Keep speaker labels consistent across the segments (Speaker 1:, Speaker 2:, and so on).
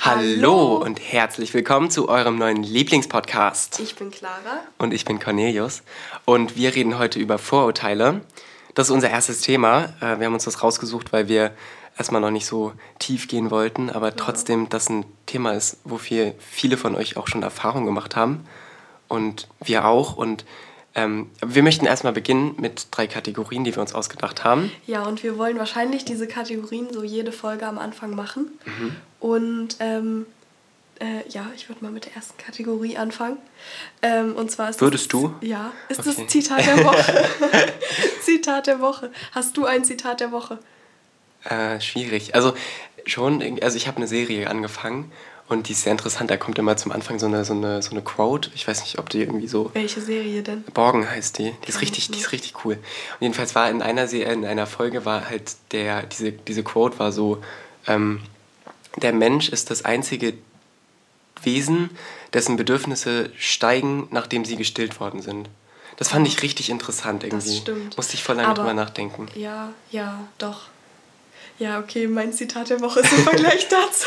Speaker 1: Hallo und herzlich willkommen zu eurem neuen Lieblingspodcast.
Speaker 2: Ich bin Clara.
Speaker 1: Und ich bin Cornelius. Und wir reden heute über Vorurteile. Das ist unser erstes Thema. Äh, Wir haben uns das rausgesucht, weil wir erstmal noch nicht so tief gehen wollten, aber trotzdem das ein Thema ist, wo wir viele von euch auch schon Erfahrung gemacht haben. Und wir auch. Und ähm, wir möchten erstmal beginnen mit drei Kategorien, die wir uns ausgedacht haben.
Speaker 2: Ja, und wir wollen wahrscheinlich diese Kategorien so jede Folge am Anfang machen.
Speaker 1: Mhm.
Speaker 2: Und ähm, äh, ja, ich würde mal mit der ersten Kategorie anfangen. Ähm, und zwar ist
Speaker 1: Würdest
Speaker 2: das,
Speaker 1: du?
Speaker 2: Ja, ist
Speaker 1: Okay.
Speaker 2: das Zitat der Woche. Zitat der Woche. Hast du ein Zitat der Woche?
Speaker 1: Äh, schwierig. Also schon, irgendwie- also ich habe eine Serie angefangen und die ist sehr interessant. Da kommt immer zum Anfang so eine, so eine, so eine Quote. Ich weiß nicht, ob die irgendwie so.
Speaker 2: Welche Serie denn?
Speaker 1: Borgen heißt die. Die ist
Speaker 2: ich
Speaker 1: richtig, die ist
Speaker 2: nicht.
Speaker 1: richtig cool. Und jedenfalls war in einer Serie, in einer Folge war halt der, diese, diese Quote war so, ähm, der Mensch ist das einzige Wesen, dessen Bedürfnisse steigen, nachdem sie gestillt worden sind. Das fand ich richtig interessant irgendwie.
Speaker 2: stimmt.
Speaker 1: Musste ich voll lange
Speaker 2: Aber-
Speaker 1: drüber nachdenken.
Speaker 2: Ja, ja, doch. Ja, okay, mein Zitat der Woche ist im Vergleich dazu,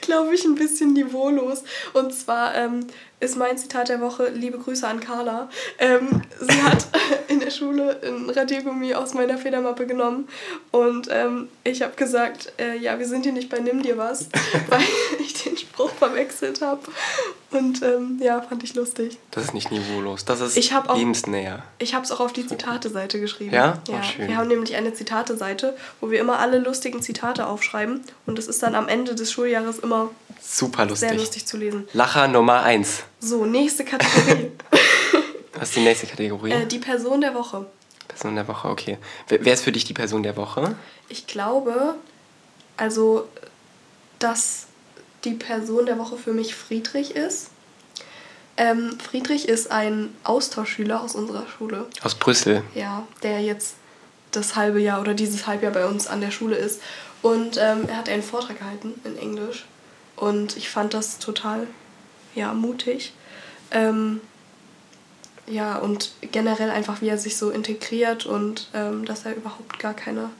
Speaker 2: glaube ich, ein bisschen niveaulos. Und zwar ähm, ist mein Zitat der Woche, liebe Grüße an Carla. Ähm, sie hat in der Schule ein Radiergummi aus meiner Federmappe genommen und ähm, ich habe gesagt, äh, ja, wir sind hier nicht bei Nimm dir was, weil ich den Spruch verwechselt habe. Und ähm, ja, fand ich lustig.
Speaker 1: Das ist nicht niveaulos. Das ist
Speaker 2: Ich hab auch-
Speaker 1: lebensnäher.
Speaker 2: Ich habe es auch auf die Zitate-Seite geschrieben.
Speaker 1: Ja? Oh,
Speaker 2: ja.
Speaker 1: schön.
Speaker 2: Wir haben nämlich eine Zitate-Seite, wo wir immer alle lustigen Zitate aufschreiben. Und es ist dann am Ende des Schuljahres immer
Speaker 1: Super lustig.
Speaker 2: sehr lustig zu lesen.
Speaker 1: Lacher Nummer 1.
Speaker 2: So, nächste Kategorie.
Speaker 1: Was ist die nächste Kategorie?
Speaker 2: äh, die Person der Woche.
Speaker 1: Person der Woche, okay. Wer, wer ist für dich die Person der Woche?
Speaker 2: Ich glaube, also, dass die Person der Woche für mich Friedrich ist. Ähm, Friedrich ist ein Austauschschüler aus unserer Schule.
Speaker 1: Aus Brüssel.
Speaker 2: ja, der jetzt das halbe Jahr oder dieses Halbjahr bei uns an der Schule ist. Und ähm, er hat einen Vortrag gehalten in Englisch. Und ich fand das total, ja, mutig. Ähm, ja, und generell einfach, wie er sich so integriert und ähm, dass er überhaupt gar keine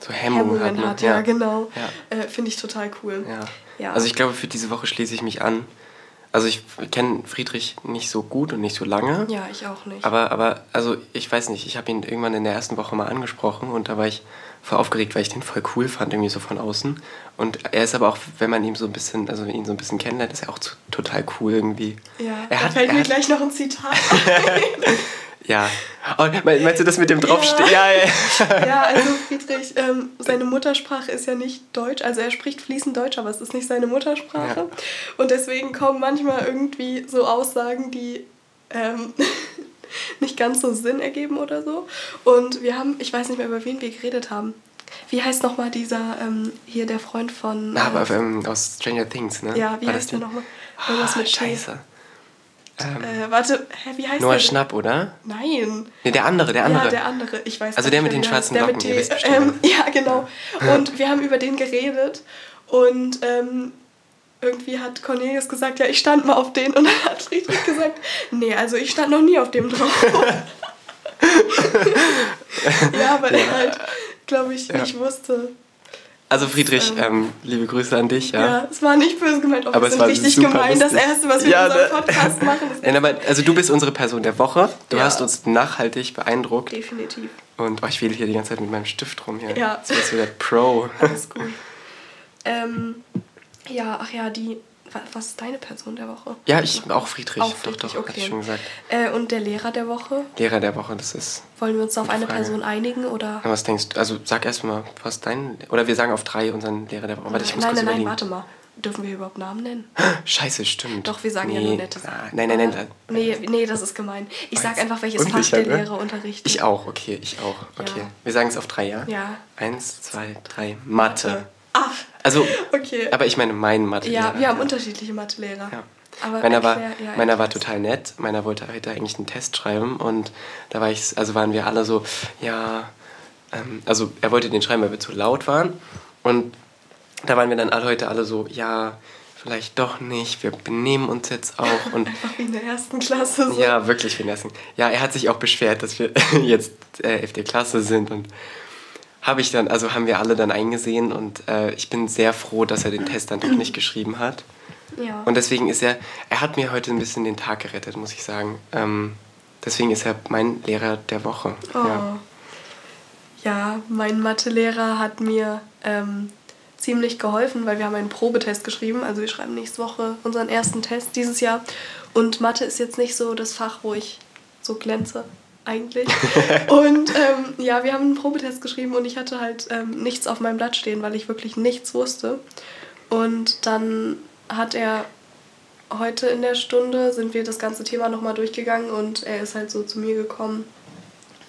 Speaker 1: So Hemmungen,
Speaker 2: Hemmungen hat.
Speaker 1: ne?
Speaker 2: Ja, genau.
Speaker 1: Ja.
Speaker 2: Äh, Finde ich total cool.
Speaker 1: Ja.
Speaker 2: Ja.
Speaker 1: Also ich glaube, für diese Woche schließe ich mich an. Also ich kenne Friedrich nicht so gut und nicht so lange.
Speaker 2: ja, ich auch nicht.
Speaker 1: Aber, aber, also ich weiß nicht, ich habe ihn irgendwann in der ersten Woche mal angesprochen und da war ich voll aufgeregt, weil ich den voll cool fand, irgendwie so von außen. Und er ist aber auch, wenn man ihn so ein bisschen, also ihn so ein bisschen kennenlernt, ist er auch zu, total cool irgendwie.
Speaker 2: ja,
Speaker 1: er
Speaker 2: da
Speaker 1: hat,
Speaker 2: fällt
Speaker 1: er
Speaker 2: mir
Speaker 1: hat,
Speaker 2: gleich noch ein Zitat
Speaker 1: Ja. Oh, mein- meinst du das mit dem draufstehen? Ja, ja.
Speaker 2: Ja, also Friedrich, ähm, seine Muttersprache ist ja nicht Deutsch. Also er spricht fließend Deutsch, aber es ist nicht seine Muttersprache.
Speaker 1: Ja.
Speaker 2: Und deswegen kommen manchmal irgendwie so Aussagen, die ähm, nicht ganz so Sinn ergeben oder so. Und wir haben, ich weiß nicht mehr, über wen wir geredet haben. Wie heißt nochmal dieser, ähm, hier der Freund von...
Speaker 1: Na,
Speaker 2: äh,
Speaker 1: aber ähm, aus Stranger Things, ne?
Speaker 2: ja, wie
Speaker 1: War das
Speaker 2: heißt der
Speaker 1: die-
Speaker 2: nochmal? Irgendwas
Speaker 1: Ah,
Speaker 2: mit T.
Speaker 1: Scheiße. Ähm,
Speaker 2: Äh, warte, hä, wie heißt
Speaker 1: Noah
Speaker 2: der?
Speaker 1: Schnapp, oder?
Speaker 2: Nein.
Speaker 1: Ne, der andere, der andere.
Speaker 2: Ja, der andere. Ich weiß
Speaker 1: Also
Speaker 2: gar
Speaker 1: der mit
Speaker 2: nicht
Speaker 1: den
Speaker 2: mehr, wie heißt.
Speaker 1: schwarzen
Speaker 2: der
Speaker 1: Locken,
Speaker 2: mit
Speaker 1: ihr
Speaker 2: die-
Speaker 1: wisst bestimmt.
Speaker 2: ähm, Ja, genau. Und wir haben über den geredet und ähm, irgendwie hat Cornelius gesagt, ja, ich stand mal auf den und dann hat Friedrich gesagt, nee, also ich stand noch nie auf dem drauf. ja, weil er halt, glaube ich, nicht wusste.
Speaker 1: also Friedrich, ähm, liebe Grüße an dich,
Speaker 2: Ja.
Speaker 1: ja.
Speaker 2: es war nicht böse gemeint, auch
Speaker 1: Aber
Speaker 2: wir
Speaker 1: es
Speaker 2: sind
Speaker 1: war
Speaker 2: richtig
Speaker 1: super
Speaker 2: gemein. Das
Speaker 1: lustig.
Speaker 2: Erste, was wir
Speaker 1: Ja,
Speaker 2: in
Speaker 1: da-
Speaker 2: unserem Podcast machen, ist
Speaker 1: Nein, aber, also du bist unsere Person der Woche. Du
Speaker 2: Ja.
Speaker 1: hast uns nachhaltig beeindruckt.
Speaker 2: definitiv.
Speaker 1: Und oh, ich wähle hier die ganze Zeit mit meinem Stift rum hier.
Speaker 2: Ja.
Speaker 1: Jetzt bist du der Pro.
Speaker 2: Alles gut. ähm, ja, ach ja, die. wa- Was ist deine Person der Woche?
Speaker 1: Ja, ich auch Friedrich.
Speaker 2: Auch
Speaker 1: doch, doch,
Speaker 2: Friedrich,
Speaker 1: hatte
Speaker 2: okay.
Speaker 1: ich schon gesagt.
Speaker 2: Äh, und der Lehrer der Woche?
Speaker 1: Lehrer der Woche, das ist.
Speaker 2: Wollen wir uns auf eine
Speaker 1: Frage.
Speaker 2: Person einigen oder?
Speaker 1: Na, Was denkst du? Also sag erstmal, was dein. Oder wir sagen auf drei unseren Lehrer der Woche. Warte, ich muss
Speaker 2: nein,
Speaker 1: kurz
Speaker 2: nein, nein,
Speaker 1: überlegen.
Speaker 2: warte mal. Dürfen wir überhaupt Namen nennen?
Speaker 1: Scheiße, stimmt.
Speaker 2: Doch, wir sagen ja
Speaker 1: Nee,
Speaker 2: nur nette
Speaker 1: na,
Speaker 2: Sachen.
Speaker 1: Nein, nein, nein.
Speaker 2: Ah,
Speaker 1: nein.
Speaker 2: Nee, nee, das ist gemein. Ich sag einfach, welches
Speaker 1: Unsicher,
Speaker 2: Fach der
Speaker 1: ne?
Speaker 2: Lehrer unterrichtet.
Speaker 1: Ich auch, okay, ich auch. Okay.
Speaker 2: Ja.
Speaker 1: Wir sagen es auf drei, ja?
Speaker 2: Ja.
Speaker 1: Eins, zwei, drei. Mathe.
Speaker 2: Ah,
Speaker 1: Also,
Speaker 2: Okay.
Speaker 1: aber ich meine meinen Mathe.
Speaker 2: ja, wir haben unterschiedliche Mathelehrer.
Speaker 1: Ja.
Speaker 2: Aber
Speaker 1: meiner war,
Speaker 2: erklär- ja,
Speaker 1: meiner
Speaker 2: erklär.
Speaker 1: war total nett. Meiner wollte heute eigentlich einen Test schreiben und da war ich, also waren wir alle so, ja, ähm, also er wollte den schreiben, weil wir zu laut waren und da waren wir dann alle heute alle so, ja, vielleicht doch nicht, wir benehmen uns jetzt auch und
Speaker 2: Einfach wie in der ersten Klasse. So.
Speaker 1: ja, wirklich, wir lassen. Ja, er hat sich auch beschwert, dass wir jetzt äh, 11. Klasse sind und habe ich dann, also haben wir alle dann eingesehen und äh, ich bin sehr froh, dass er den Test dann doch nicht geschrieben hat.
Speaker 2: Ja.
Speaker 1: Und deswegen ist er, er hat mir heute ein bisschen den Tag gerettet, muss ich sagen. Ähm, deswegen ist er mein Lehrer der Woche.
Speaker 2: Oh.
Speaker 1: Ja.
Speaker 2: Ja. mein Mathelehrer hat mir ähm, ziemlich geholfen, weil wir haben einen Probetest geschrieben. Also wir schreiben nächste Woche unseren ersten Test dieses Jahr. Und Mathe ist jetzt nicht so das Fach, wo ich so glänze eigentlich. und ähm, ja, wir haben einen Probetest geschrieben und ich hatte halt ähm, nichts auf meinem Blatt stehen, weil ich wirklich nichts wusste. Und dann hat er heute in der Stunde, sind wir das ganze Thema nochmal durchgegangen und er ist halt so zu mir gekommen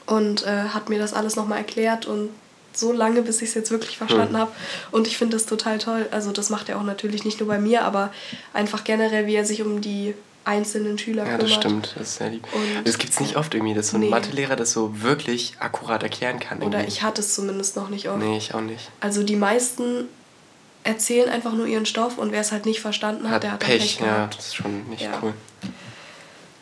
Speaker 2: und äh, hat mir das alles nochmal erklärt und so lange, bis ich es jetzt wirklich
Speaker 1: Hm.
Speaker 2: verstanden habe. Und ich finde das total toll. Also das macht er auch natürlich nicht nur bei mir, aber einfach generell, wie er sich um die einzelnen Schüler
Speaker 1: Ja,
Speaker 2: kümmert.
Speaker 1: das stimmt, das ist sehr lieb.
Speaker 2: Und-
Speaker 1: das gibt es nicht oft irgendwie, dass so ein
Speaker 2: Nee.
Speaker 1: Mathelehrer das so wirklich akkurat erklären kann.
Speaker 2: Oder
Speaker 1: irgendwie.
Speaker 2: ich hatte es zumindest noch nicht oft.
Speaker 1: Nee, ich auch nicht.
Speaker 2: Also die meisten erzählen einfach nur ihren Stoff und wer es halt nicht verstanden hat,
Speaker 1: Hat,
Speaker 2: der hat
Speaker 1: Pech,
Speaker 2: dann Pech
Speaker 1: ja,
Speaker 2: gehabt.
Speaker 1: das ist schon nicht
Speaker 2: Ja.
Speaker 1: cool.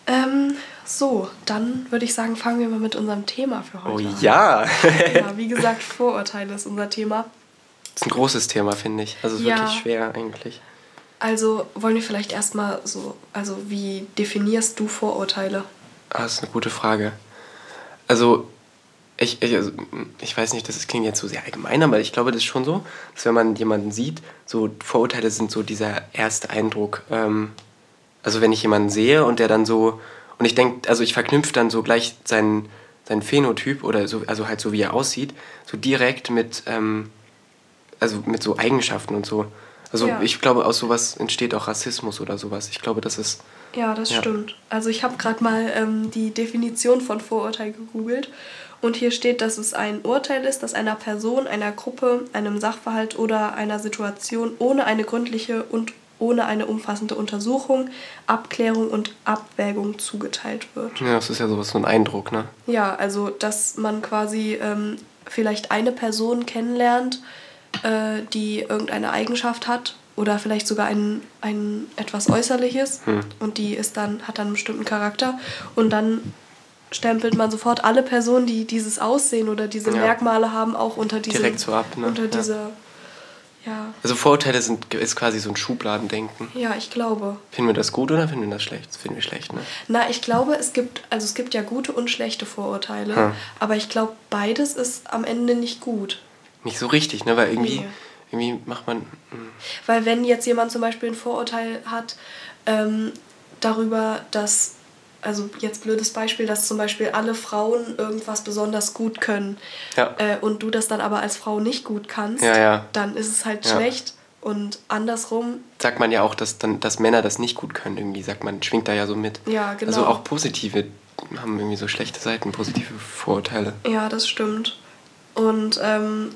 Speaker 2: Ähm, so, dann würde ich sagen, fangen wir mal mit unserem Thema für
Speaker 1: Oh
Speaker 2: heute an.
Speaker 1: ja, das
Speaker 2: ja! Wie gesagt, Vorurteile ist unser Thema.
Speaker 1: ist ein großes Thema, finde ich. Also ist
Speaker 2: Ja.
Speaker 1: wirklich schwer eigentlich.
Speaker 2: Also wollen wir vielleicht erstmal so, also wie definierst du Vorurteile?
Speaker 1: Ah, das ist eine gute Frage. Also, ich, ich, also, ich weiß nicht, das klingt jetzt so sehr allgemein, aber ich glaube, das ist schon so, dass wenn man jemanden sieht, so Vorurteile sind so dieser erste Eindruck. Ähm, also, wenn ich jemanden sehe und der dann so, und ich denke, also ich verknüpfe dann so gleich seinen, seinen Phänotyp oder so, also halt so, wie er aussieht, so direkt mit, ähm, also mit so Eigenschaften und so. Also,
Speaker 2: Ja.
Speaker 1: ich glaube, aus sowas entsteht auch Rassismus oder sowas. Ich glaube, das ist.
Speaker 2: Ja, das
Speaker 1: Ja.
Speaker 2: stimmt. Also ich habe gerade mal ähm, die Definition von Vorurteil gegoogelt und hier steht, dass es ein Urteil ist, das einer Person, einer Gruppe, einem Sachverhalt oder einer Situation ohne eine gründliche und ohne eine umfassende Untersuchung, Abklärung und Abwägung zugeteilt wird.
Speaker 1: Ja, das ist ja sowas, so ein Eindruck, ne?
Speaker 2: Ja, also dass man quasi ähm, vielleicht eine Person kennenlernt, äh, die irgendeine Eigenschaft hat oder vielleicht sogar ein, ein etwas Äußerliches
Speaker 1: Hm.
Speaker 2: und die ist dann, hat dann einen bestimmten Charakter und dann stempelt man sofort alle Personen, die dieses Aussehen oder diese
Speaker 1: Ja.
Speaker 2: Merkmale haben, auch unter diese
Speaker 1: Direkt so ab, ne?
Speaker 2: unter
Speaker 1: Ja.
Speaker 2: dieser ja.
Speaker 1: Also Vorurteile sind ist quasi so ein Schubladendenken.
Speaker 2: ja, ich glaube.
Speaker 1: Finden wir das gut oder finden wir das schlecht? Das finden wir schlecht, ne?
Speaker 2: Na, ich glaube, es gibt, also es gibt ja gute und schlechte Vorurteile,
Speaker 1: Hm.
Speaker 2: aber ich glaube, beides ist am Ende nicht gut.
Speaker 1: Nicht so richtig, ne? Weil irgendwie,
Speaker 2: Nee.
Speaker 1: irgendwie macht man.
Speaker 2: Weil wenn jetzt jemand zum Beispiel ein Vorurteil hat ähm, darüber, dass, also jetzt blödes Beispiel, dass zum Beispiel alle Frauen irgendwas besonders gut können
Speaker 1: Ja.
Speaker 2: äh, und du das dann aber als Frau nicht gut kannst,
Speaker 1: Ja, ja.
Speaker 2: dann ist es halt
Speaker 1: Ja.
Speaker 2: schlecht. Und andersrum,
Speaker 1: Sagt man ja auch, dass, dann, dass Männer das nicht gut können, irgendwie, sagt man, schwingt da ja so mit.
Speaker 2: Ja, genau.
Speaker 1: Also auch positive haben irgendwie so schlechte Seiten, positive Vorurteile.
Speaker 2: ja, das stimmt. Und ähm,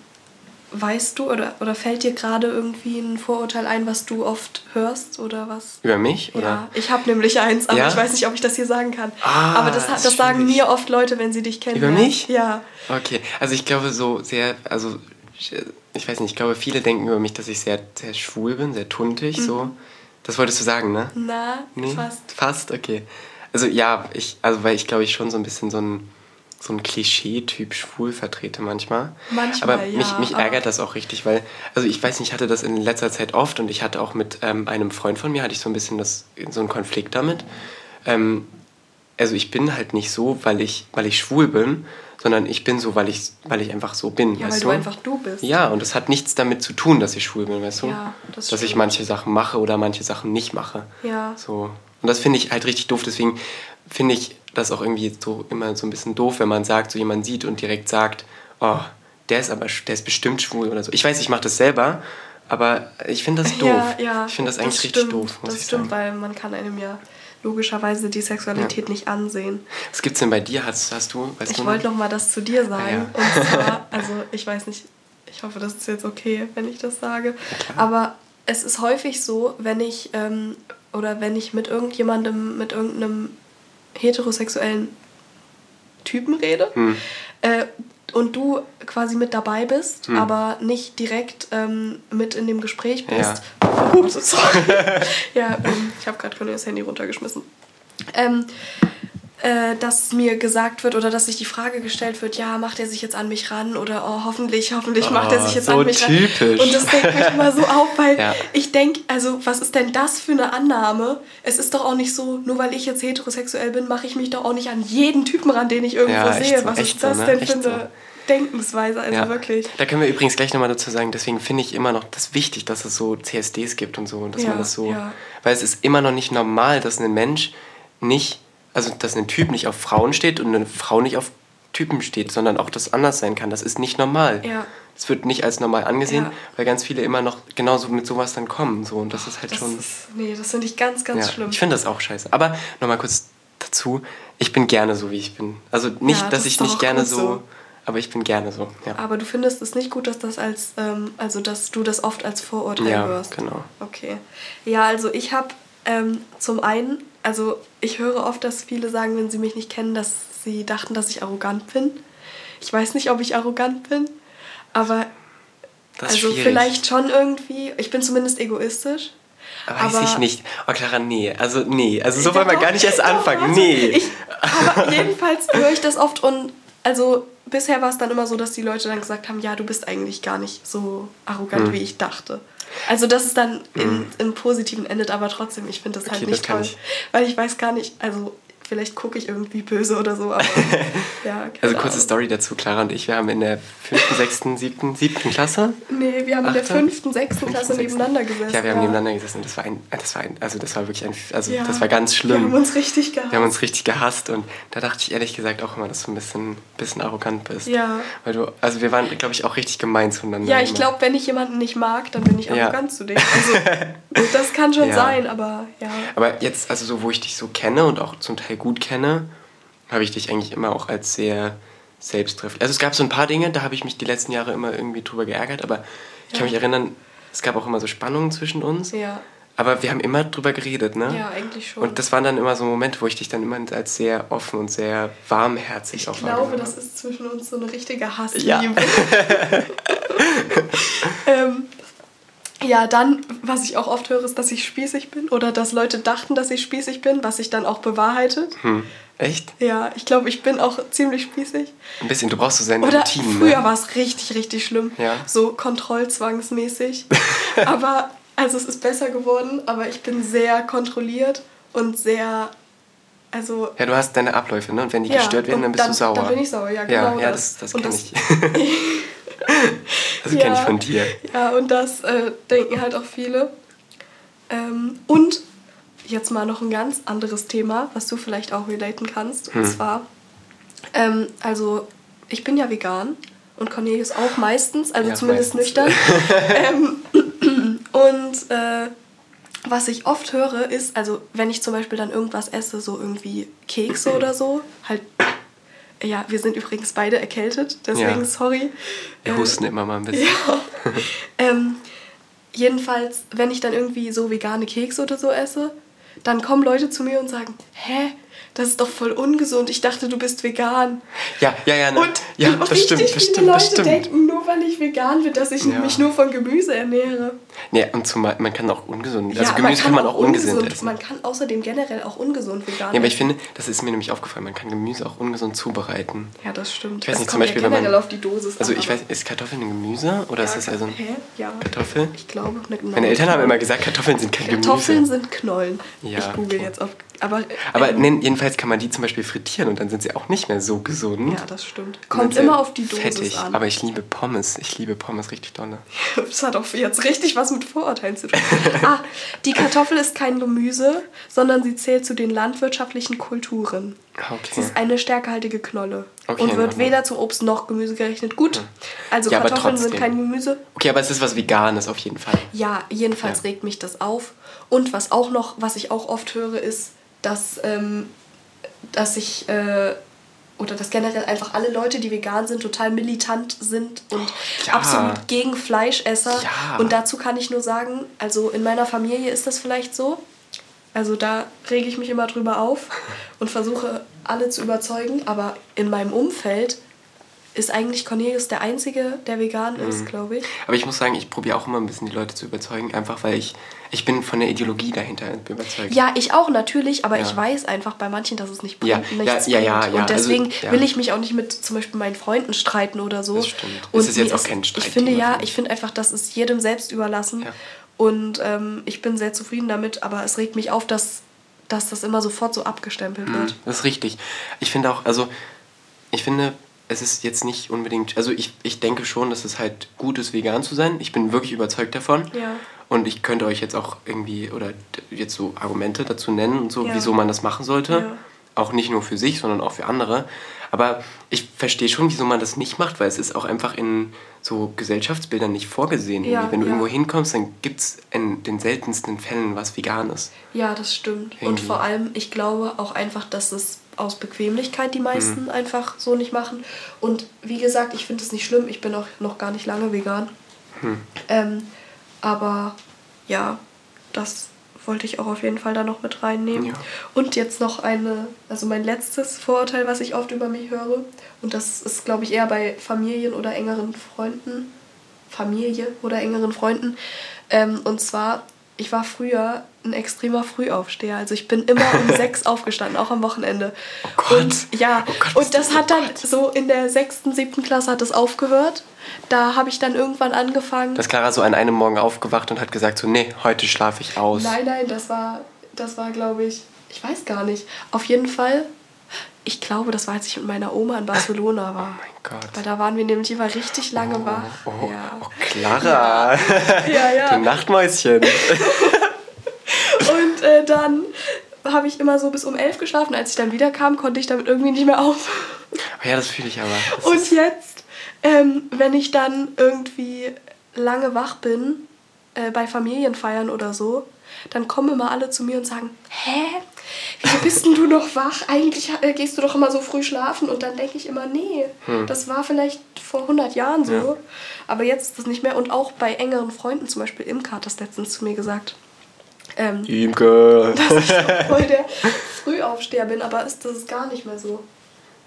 Speaker 2: weißt du oder, oder fällt dir gerade irgendwie ein Vorurteil ein, was du oft hörst oder was
Speaker 1: Über mich? Oder?
Speaker 2: Ja, ich habe nämlich eins, aber
Speaker 1: Ja?
Speaker 2: ich weiß nicht, ob ich das hier sagen kann.
Speaker 1: Ah,
Speaker 2: aber das, hat-
Speaker 1: ist
Speaker 2: das sagen
Speaker 1: schwierig.
Speaker 2: mir oft Leute, wenn sie dich kennen.
Speaker 1: Über mich?
Speaker 2: Ja.
Speaker 1: Okay, also ich glaube so sehr, also ich weiß nicht, ich glaube viele denken über mich, dass ich sehr, sehr schwul bin, sehr tuntig, so.
Speaker 2: Mhm.
Speaker 1: Das wolltest du sagen, ne?
Speaker 2: Na,
Speaker 1: Nee,
Speaker 2: fast.
Speaker 1: Fast, okay. Also ja, ich, also weil ich glaube ich schon so ein bisschen so ein, so ein Klischee-Typ schwul vertrete manchmal.
Speaker 2: Manchmal,
Speaker 1: aber mich,
Speaker 2: ja,
Speaker 1: mich
Speaker 2: aber-
Speaker 1: ärgert das auch richtig, weil, also ich weiß nicht, ich hatte das in letzter Zeit oft und ich hatte auch mit ähm, einem Freund von mir, hatte ich so ein bisschen das, so einen Konflikt damit. Ähm, also ich bin halt nicht so, weil ich, weil ich schwul bin, sondern ich bin so, weil ich, weil ich einfach so bin.
Speaker 2: Ja, weil
Speaker 1: weißt
Speaker 2: du einfach du bist.
Speaker 1: ja, und es hat nichts damit zu tun, dass ich schwul bin, weißt du?
Speaker 2: Ja, das
Speaker 1: dass ich
Speaker 2: stimmt.
Speaker 1: manche Sachen mache oder manche Sachen nicht mache.
Speaker 2: Ja.
Speaker 1: So. Und das finde ich halt richtig doof. Deswegen finde ich das auch irgendwie so immer so ein bisschen doof, wenn man sagt, so jemand sieht und direkt sagt, oh, der ist aber, sch- der ist bestimmt schwul oder so. Ich weiß, ich mache das selber, aber ich finde das doof.
Speaker 2: Ja, ja.
Speaker 1: ich finde das eigentlich richtig
Speaker 2: stimmt,
Speaker 1: doof, muss
Speaker 2: Das
Speaker 1: ich
Speaker 2: stimmt,
Speaker 1: sagen.
Speaker 2: weil man kann einem ja logischerweise die Sexualität nicht ansehen.
Speaker 1: Was gibt's denn bei dir? Hast, hast du, weißt
Speaker 2: Ich
Speaker 1: du?
Speaker 2: wollte noch mal das zu dir sagen.
Speaker 1: Ah,
Speaker 2: Und zwar, also ich weiß nicht, ich hoffe, das ist jetzt okay, wenn ich das sage. Aber es ist häufig so, wenn ich ähm, oder wenn ich mit irgendjemandem, mit irgendeinem heterosexuellen Typen rede äh, und du quasi mit dabei bist, aber nicht direkt ähm, mit in dem Gespräch bist. Ups, sorry. ja, ähm, ich habe gerade Cornelius Handy runtergeschmissen. Ähm, äh, dass mir gesagt wird oder dass sich die Frage gestellt wird, ja, macht er sich jetzt an mich ran oder oh, hoffentlich, hoffentlich macht er
Speaker 1: Ah,
Speaker 2: sich jetzt
Speaker 1: so
Speaker 2: an mich ran.
Speaker 1: typisch.
Speaker 2: Und das regt mich immer so auf, weil
Speaker 1: Ja.
Speaker 2: ich denke, also was ist denn das für eine Annahme? Es ist doch auch nicht so, nur weil ich jetzt heterosexuell bin, mache ich mich doch auch nicht an jeden Typen ran, den ich irgendwo
Speaker 1: Ja, echt
Speaker 2: sehe.
Speaker 1: so,
Speaker 2: was
Speaker 1: echt
Speaker 2: ist
Speaker 1: so,
Speaker 2: das
Speaker 1: ne?
Speaker 2: denn
Speaker 1: Echt
Speaker 2: für eine
Speaker 1: so.
Speaker 2: Denkensweise? Also
Speaker 1: Ja.
Speaker 2: wirklich.
Speaker 1: Da können wir übrigens gleich nochmal dazu sagen, deswegen finde ich immer noch das wichtig, dass es so CSDs gibt und so, und dass
Speaker 2: Ja,
Speaker 1: man das so.
Speaker 2: ja.
Speaker 1: Weil es ist immer noch nicht normal, dass ein Mensch nicht, also dass ein Typ nicht auf Frauen steht und eine Frau nicht auf Typen steht, sondern auch das anders sein kann. Das ist nicht normal.
Speaker 2: Ja.
Speaker 1: Das wird nicht als normal angesehen,
Speaker 2: Ja.
Speaker 1: weil ganz viele immer noch genauso mit sowas dann kommen. So, und das ist halt
Speaker 2: Das
Speaker 1: schon.
Speaker 2: ist, nee, das finde ich ganz, ganz
Speaker 1: ja,
Speaker 2: schlimm.
Speaker 1: Ich finde das auch scheiße. Aber nochmal kurz dazu, ich bin gerne so, wie ich bin. Also nicht,
Speaker 2: Ja,
Speaker 1: dass
Speaker 2: das
Speaker 1: ich
Speaker 2: ist doch
Speaker 1: nicht gerne
Speaker 2: gut
Speaker 1: so,
Speaker 2: so.
Speaker 1: aber ich bin gerne so. Ja.
Speaker 2: Aber du findest es nicht gut, dass das als, ähm, also dass du das oft als Vorurteil
Speaker 1: Ja,
Speaker 2: hörst.
Speaker 1: genau.
Speaker 2: Okay. Ja, also ich habe ähm, zum einen, also ich höre oft, dass viele sagen, wenn sie mich nicht kennen, dass sie dachten, dass ich arrogant bin. Ich weiß nicht, ob ich arrogant bin, aber
Speaker 1: Das ist
Speaker 2: also
Speaker 1: schwierig.
Speaker 2: vielleicht schon irgendwie. Ich bin zumindest egoistisch.
Speaker 1: Aber weiß ich nicht. Oh, Clara, nee. Also, nee. Also, so
Speaker 2: Ja,
Speaker 1: wollen wir
Speaker 2: doch,
Speaker 1: gar nicht erst
Speaker 2: doch,
Speaker 1: anfangen.
Speaker 2: warte.
Speaker 1: Nee.
Speaker 2: Also, Ich, aber jedenfalls höre ich das oft und also bisher war es dann immer so, dass die Leute dann gesagt haben, ja, du bist eigentlich gar nicht so
Speaker 1: Hm.
Speaker 2: arrogant, wie ich dachte. Also dass es dann in, im Positiven endet, aber trotzdem, ich finde das halt
Speaker 1: Okay, das
Speaker 2: nicht
Speaker 1: kann
Speaker 2: toll.
Speaker 1: ich.
Speaker 2: Weil ich weiß gar nicht, also vielleicht gucke ich irgendwie böse oder so, aber ja, keine
Speaker 1: also, kurze
Speaker 2: Ahnung.
Speaker 1: Story dazu. Clara und ich, wir haben in der 5., 6., 7., 7. Klasse.
Speaker 2: Nee, wir haben in der
Speaker 1: Achte?
Speaker 2: fünften, sechsten
Speaker 1: fünften,
Speaker 2: Klasse
Speaker 1: sechsten.
Speaker 2: nebeneinander gesessen.
Speaker 1: Ja, wir haben nebeneinander gesessen. und Das war ein, das war ein, also das war wirklich ein, also
Speaker 2: Ja.
Speaker 1: das war ganz
Speaker 2: Wir haben
Speaker 1: schlimm.
Speaker 2: uns richtig gehabt.
Speaker 1: Wir haben uns richtig gehasst und da dachte ich ehrlich gesagt auch immer, dass du ein bisschen, bisschen arrogant bist.
Speaker 2: Ja.
Speaker 1: Weil du, also wir waren, glaube ich, auch richtig gemein zueinander.
Speaker 2: Ja, ich
Speaker 1: immer.
Speaker 2: glaube, wenn ich jemanden nicht mag, dann bin ich
Speaker 1: Ja.
Speaker 2: arrogant zu dem. Also, das kann schon
Speaker 1: Ja.
Speaker 2: sein, aber ja.
Speaker 1: Aber jetzt, also so, wo ich dich so kenne und auch zum Teil gut kenne, habe ich dich eigentlich immer auch als sehr selbsttreffend. Also es gab so ein paar Dinge, da habe ich mich die letzten Jahre immer irgendwie drüber geärgert, aber ich kann mich
Speaker 2: Ja.
Speaker 1: erinnern, es gab auch immer so Spannungen zwischen uns.
Speaker 2: Ja,
Speaker 1: Aber wir haben immer drüber geredet, ne?
Speaker 2: ja eigentlich schon.
Speaker 1: Und das waren dann immer so Momente, wo ich dich dann immer als sehr offen und sehr warmherzig
Speaker 2: ich
Speaker 1: auch
Speaker 2: glaube,
Speaker 1: wahrgenommen
Speaker 2: das ist zwischen uns so eine richtige Hassliebe.
Speaker 1: Ja.
Speaker 2: ähm, ja, dann, was ich auch oft höre, ist, dass ich spießig bin oder dass Leute dachten, dass ich spießig bin, was sich dann auch bewahrheitet.
Speaker 1: habe. Hm. Echt?
Speaker 2: Ja, ich glaube, ich bin auch ziemlich spießig.
Speaker 1: Ein bisschen, du brauchst so seine
Speaker 2: Oder
Speaker 1: Routinen.
Speaker 2: früher
Speaker 1: ne?
Speaker 2: war es richtig, richtig schlimm.
Speaker 1: Ja.
Speaker 2: So kontrollzwangsmäßig. aber, also es ist besser geworden, aber ich bin sehr kontrolliert und sehr, also...
Speaker 1: Ja, du hast deine Abläufe, ne? Und wenn die gestört werden,
Speaker 2: und
Speaker 1: dann bist du sauer.
Speaker 2: Dann bin ich sauer, ja,
Speaker 1: Ja,
Speaker 2: genau
Speaker 1: ja,
Speaker 2: das.
Speaker 1: das, das
Speaker 2: Und
Speaker 1: kenne
Speaker 2: das-
Speaker 1: ich. das kenne ich
Speaker 2: Ja.
Speaker 1: von dir.
Speaker 2: Ja, und das äh, denken halt auch viele. Ähm, und jetzt mal noch ein ganz anderes Thema, was du vielleicht auch relaten kannst.
Speaker 1: Hm.
Speaker 2: Und zwar, ähm, also ich bin ja vegan und Cornelius auch meistens, also
Speaker 1: Ja,
Speaker 2: zumindest
Speaker 1: meistens.
Speaker 2: nüchtern. ähm, und äh, was ich oft höre ist, also wenn ich zum Beispiel dann irgendwas esse, so irgendwie Kekse oder so, halt, ja, wir sind übrigens beide erkältet, deswegen
Speaker 1: Ja.
Speaker 2: sorry.
Speaker 1: Wir
Speaker 2: Äh,
Speaker 1: husten immer mal ein bisschen.
Speaker 2: ja. ähm, jedenfalls, wenn ich dann irgendwie so vegane Kekse oder so esse, dann kommen Leute zu mir und sagen, hä, das ist doch voll ungesund. Ich dachte, du bist vegan.
Speaker 1: Ja, ja, ja. ne.
Speaker 2: Und,
Speaker 1: ja,
Speaker 2: und
Speaker 1: das
Speaker 2: richtig
Speaker 1: stimmt,
Speaker 2: viele
Speaker 1: das stimmt,
Speaker 2: Leute
Speaker 1: das stimmt.
Speaker 2: denken, nur weil ich vegan bin, dass ich
Speaker 1: Ja.
Speaker 2: mich nur von Gemüse ernähre.
Speaker 1: Nee, und zumal, man kann auch ungesund, also
Speaker 2: Ja,
Speaker 1: Gemüse kann man auch ungesund, essen.
Speaker 2: Man kann außerdem generell auch ungesund vegan
Speaker 1: ja, aber ich
Speaker 2: essen.
Speaker 1: finde, das ist mir nämlich aufgefallen, man kann Gemüse auch ungesund zubereiten.
Speaker 2: Ja, das stimmt.
Speaker 1: Ich weiß
Speaker 2: Es
Speaker 1: nicht, zum
Speaker 2: kommt
Speaker 1: Beispiel,
Speaker 2: ja
Speaker 1: wenn man-
Speaker 2: generell auf die Dosis
Speaker 1: Also
Speaker 2: an,
Speaker 1: ich
Speaker 2: aber-
Speaker 1: weiß, ist Kartoffeln ein Gemüse oder ist das also ein
Speaker 2: Hä? Ja.
Speaker 1: Kartoffel?
Speaker 2: Ich glaube, eine Gnocchi.
Speaker 1: Meine Eltern haben immer gesagt, Kartoffeln sind kein
Speaker 2: Kartoffeln
Speaker 1: Gemüse.
Speaker 2: sind Knollen.
Speaker 1: Ja,
Speaker 2: ich google
Speaker 1: okay.
Speaker 2: jetzt auf. Aber,
Speaker 1: Aber
Speaker 2: ähm,
Speaker 1: nee, jedenfalls kann man die zum Beispiel frittieren und dann sind sie auch nicht mehr so gesund.
Speaker 2: Ja, das
Speaker 1: Und
Speaker 2: stimmt.
Speaker 1: dann
Speaker 2: Hm? Kommt
Speaker 1: sehr
Speaker 2: immer auf die Dosis
Speaker 1: fettig.
Speaker 2: an.
Speaker 1: Aber ich liebe Pommes. Ich liebe Pommes richtig dolle.
Speaker 2: das hat auch jetzt richtig was mit Vorurteilen zu tun. ah, die Kartoffel ist kein Gemüse, sondern sie zählt zu den landwirtschaftlichen Kulturen.
Speaker 1: Ah, Okay.
Speaker 2: Sie ist eine stärkehaltige Knolle
Speaker 1: Okay,
Speaker 2: und
Speaker 1: in
Speaker 2: wird
Speaker 1: Ordnung.
Speaker 2: weder zu Obst noch Gemüse gerechnet. Gut, also
Speaker 1: Ja, aber
Speaker 2: Kartoffeln sind
Speaker 1: trotzdem.
Speaker 2: kein Gemüse.
Speaker 1: Okay, aber es ist was Veganes auf jeden Fall.
Speaker 2: Ja, jedenfalls regt mich das auf. Und was auch noch, was ich auch oft höre, ist, dass, ähm, dass ich äh, oder dass generell einfach alle Leute, die vegan sind, total militant sind und
Speaker 1: ja.
Speaker 2: absolut gegen Fleischesser.
Speaker 1: Ja.
Speaker 2: Und dazu kann ich nur sagen, also in meiner Familie ist das vielleicht so. Also da rege ich mich immer drüber auf und versuche alle zu überzeugen, aber in meinem Umfeld ist eigentlich Cornelius der Einzige, der vegan
Speaker 1: Mhm.
Speaker 2: ist, glaube ich.
Speaker 1: Aber ich muss sagen, ich probiere auch immer ein bisschen die Leute zu überzeugen, einfach weil ich, ich bin von der Ideologie dahinter überzeugt.
Speaker 2: Ja, ich auch natürlich, aber
Speaker 1: Ja.
Speaker 2: ich weiß einfach bei manchen, dass es nicht
Speaker 1: Ja,
Speaker 2: bringt,
Speaker 1: ja,
Speaker 2: nichts
Speaker 1: ja, ja,
Speaker 2: bringt.
Speaker 1: ja,
Speaker 2: Und
Speaker 1: also,
Speaker 2: deswegen
Speaker 1: ja.
Speaker 2: will ich mich auch nicht mit zum Beispiel meinen Freunden streiten oder so.
Speaker 1: Das stimmt.
Speaker 2: Und
Speaker 1: Es ist jetzt
Speaker 2: mir
Speaker 1: auch kein
Speaker 2: Ich finde
Speaker 1: Streitthema,
Speaker 2: ja,
Speaker 1: finde ich.
Speaker 2: ich finde einfach, das ist jedem selbst überlassen.
Speaker 1: Ja.
Speaker 2: Und ähm, ich bin sehr zufrieden damit, aber es regt mich auf, dass, dass das immer sofort so abgestempelt wird.
Speaker 1: Mhm. Das ist richtig. Ich finde auch, also ich finde, es ist jetzt nicht unbedingt, also ich, ich denke schon, dass es halt gut ist, vegan zu sein. Ich bin wirklich überzeugt davon.
Speaker 2: Ja.
Speaker 1: Und ich könnte euch jetzt auch irgendwie, oder d- jetzt so Argumente dazu nennen und so,
Speaker 2: Ja.
Speaker 1: wieso man das machen sollte.
Speaker 2: Ja.
Speaker 1: Auch nicht nur für sich, sondern auch für andere. Aber ich verstehe schon, wieso man das nicht macht, weil es ist auch einfach in so Gesellschaftsbildern nicht vorgesehen.
Speaker 2: Ja,
Speaker 1: irgendwie. Wenn du
Speaker 2: ja.
Speaker 1: irgendwo hinkommst, dann gibt es in den seltensten Fällen was Veganes.
Speaker 2: Ja, das stimmt. Und
Speaker 1: Irgendwie.
Speaker 2: vor allem, ich glaube auch einfach, dass es aus Bequemlichkeit die meisten
Speaker 1: Mhm.
Speaker 2: einfach so nicht machen. Und wie gesagt, ich finde es nicht schlimm. Ich bin auch noch gar nicht lange vegan. Ähm, aber ja, das wollte ich auch auf jeden Fall da noch mit reinnehmen.
Speaker 1: Ja.
Speaker 2: Und jetzt noch eine, also mein letztes Vorurteil, was ich oft über mich höre. Und das ist, glaube ich, eher bei Familien oder engeren Freunden. Familie oder engeren Freunden. Ähm, und zwar, ich war früher ein extremer Frühaufsteher. Also ich bin immer um sechs aufgestanden, auch am Wochenende.
Speaker 1: Oh Gott.
Speaker 2: Und ja,
Speaker 1: Oh Gott,
Speaker 2: und
Speaker 1: was-
Speaker 2: das
Speaker 1: oh
Speaker 2: hat dann
Speaker 1: Gott.
Speaker 2: so in der sechsten, siebten Klasse hat es aufgehört. Da habe ich dann irgendwann angefangen.
Speaker 1: Dass Clara so an einem Morgen aufgewacht und hat gesagt so, nee, heute schlafe ich aus.
Speaker 2: Nein, nein, das war, das war, glaube ich, ich weiß gar nicht. Auf jeden Fall, ich glaube, das war, als ich mit meiner Oma in Barcelona war.
Speaker 1: Oh Mein Gott.
Speaker 2: Weil da waren wir nämlich immer richtig lange wach.
Speaker 1: Oh, Genau. oh,
Speaker 2: ja.
Speaker 1: oh Clara,
Speaker 2: ja,
Speaker 1: du
Speaker 2: ja.
Speaker 1: Nachtmäuschen.
Speaker 2: Und äh, dann habe ich immer so bis um elf geschlafen. Als ich dann wiederkam, konnte ich damit irgendwie nicht mehr auf.
Speaker 1: Oh ja, das fühle ich aber. Das
Speaker 2: Und
Speaker 1: ist-
Speaker 2: jetzt, ähm, wenn ich dann irgendwie lange wach bin, äh, bei Familienfeiern oder so, dann kommen immer alle zu mir und sagen, hä? Wieso bist denn du noch wach? Eigentlich äh, gehst du doch immer so früh schlafen. Und dann denke ich immer, nee, das war vielleicht vor 100 Jahren so.
Speaker 1: Hm. Ja.
Speaker 2: Aber jetzt ist das nicht mehr. Und auch bei engeren Freunden, zum Beispiel Imka hat das letztens zu mir gesagt. Ähm,
Speaker 1: Imke.
Speaker 2: voll der Frühaufsteher bin, aber ist, das ist gar nicht mehr so.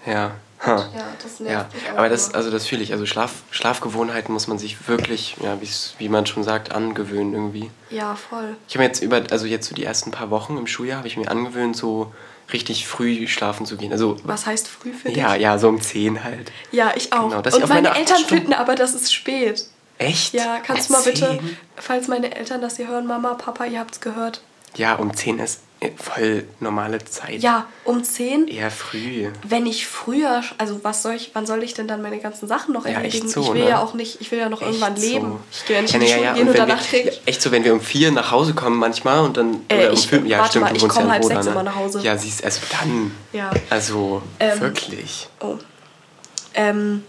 Speaker 1: Ja. Ha.
Speaker 2: Ja, das nervt
Speaker 1: Ah. Ja,
Speaker 2: mich auch
Speaker 1: aber das,
Speaker 2: immer.
Speaker 1: also das fühle ich. Also Schlaf, Schlafgewohnheiten muss man sich wirklich, ja, wie's- wie man schon sagt, angewöhnen irgendwie.
Speaker 2: Ja, voll.
Speaker 1: Ich habe mir jetzt über, also jetzt so die ersten paar Wochen im Schuljahr, habe ich mir angewöhnt, so richtig früh schlafen zu gehen. Also,
Speaker 2: Was heißt früh für dich?
Speaker 1: ja, ja, so um 10 halt.
Speaker 2: Ja, ich auch.
Speaker 1: Genau, dass ich
Speaker 2: und
Speaker 1: auf
Speaker 2: meine,
Speaker 1: meine acht
Speaker 2: Eltern
Speaker 1: Stunden-
Speaker 2: finden aber, das ist spät.
Speaker 1: Echt? Äh,
Speaker 2: Ja, kannst du mal bitte,
Speaker 1: 10?
Speaker 2: falls meine Eltern das hier hören, Mama, Papa, ihr habt's gehört.
Speaker 1: Ja, um 10 ist äh, voll normale Zeit.
Speaker 2: Ja, um 10.
Speaker 1: Eher früh.
Speaker 2: Wenn ich früher, sch- also was soll ich, wann soll ich denn dann meine ganzen Sachen noch
Speaker 1: Ja, echt
Speaker 2: erledigen?
Speaker 1: so,
Speaker 2: ich will
Speaker 1: ne?
Speaker 2: ja auch nicht, ich will ja noch irgendwann
Speaker 1: Echt
Speaker 2: leben.
Speaker 1: So.
Speaker 2: Ich gehe ja nicht in
Speaker 1: ne,
Speaker 2: die Schule gehen
Speaker 1: und
Speaker 2: und
Speaker 1: wenn
Speaker 2: danach
Speaker 1: wir,
Speaker 2: krieg
Speaker 1: ja, Echt so, wenn wir um vier nach Hause kommen manchmal und dann.
Speaker 2: Äh,
Speaker 1: oder um
Speaker 2: ich-
Speaker 1: fünf, ja,
Speaker 2: warte
Speaker 1: stimmt,
Speaker 2: mal,
Speaker 1: du
Speaker 2: ich
Speaker 1: wohnst ja
Speaker 2: komm
Speaker 1: in
Speaker 2: halb
Speaker 1: Roda,
Speaker 2: sechs
Speaker 1: ne?
Speaker 2: immer nach Hause.
Speaker 1: Ja, siehst also dann.
Speaker 2: Ja.
Speaker 1: Also,
Speaker 2: Ähm.
Speaker 1: wirklich.
Speaker 2: Oh. Ähm,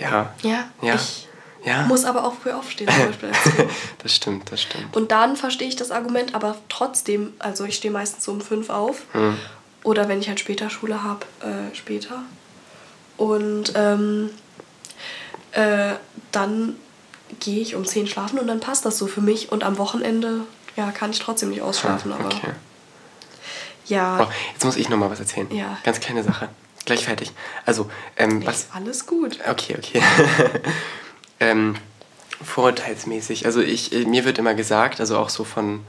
Speaker 1: Ja.
Speaker 2: ja,
Speaker 1: Ja. Ah.
Speaker 2: ich
Speaker 1: Ja.
Speaker 2: muss aber auch früh aufstehen zum Beispiel. als du.
Speaker 1: das stimmt, das stimmt.
Speaker 2: Und dann verstehe ich das Argument, aber trotzdem, also ich stehe meistens so um fünf auf.
Speaker 1: Hm.
Speaker 2: Oder wenn ich halt später Schule habe, äh, später. Und ähm, äh, dann gehe ich um zehn schlafen und dann passt das so für mich. Und am Wochenende, ja, kann ich trotzdem nicht ausschlafen, aber
Speaker 1: Ah, Okay.
Speaker 2: ja,
Speaker 1: Oh, jetzt muss ich nochmal was erzählen.
Speaker 2: Ja.
Speaker 1: Ganz kleine Sache. Gleich fertig. Also, ähm, was,
Speaker 2: ist alles gut.
Speaker 1: Okay, okay. ähm, vorurteilsmäßig. Also ich, äh, mir wird immer gesagt, also auch so von,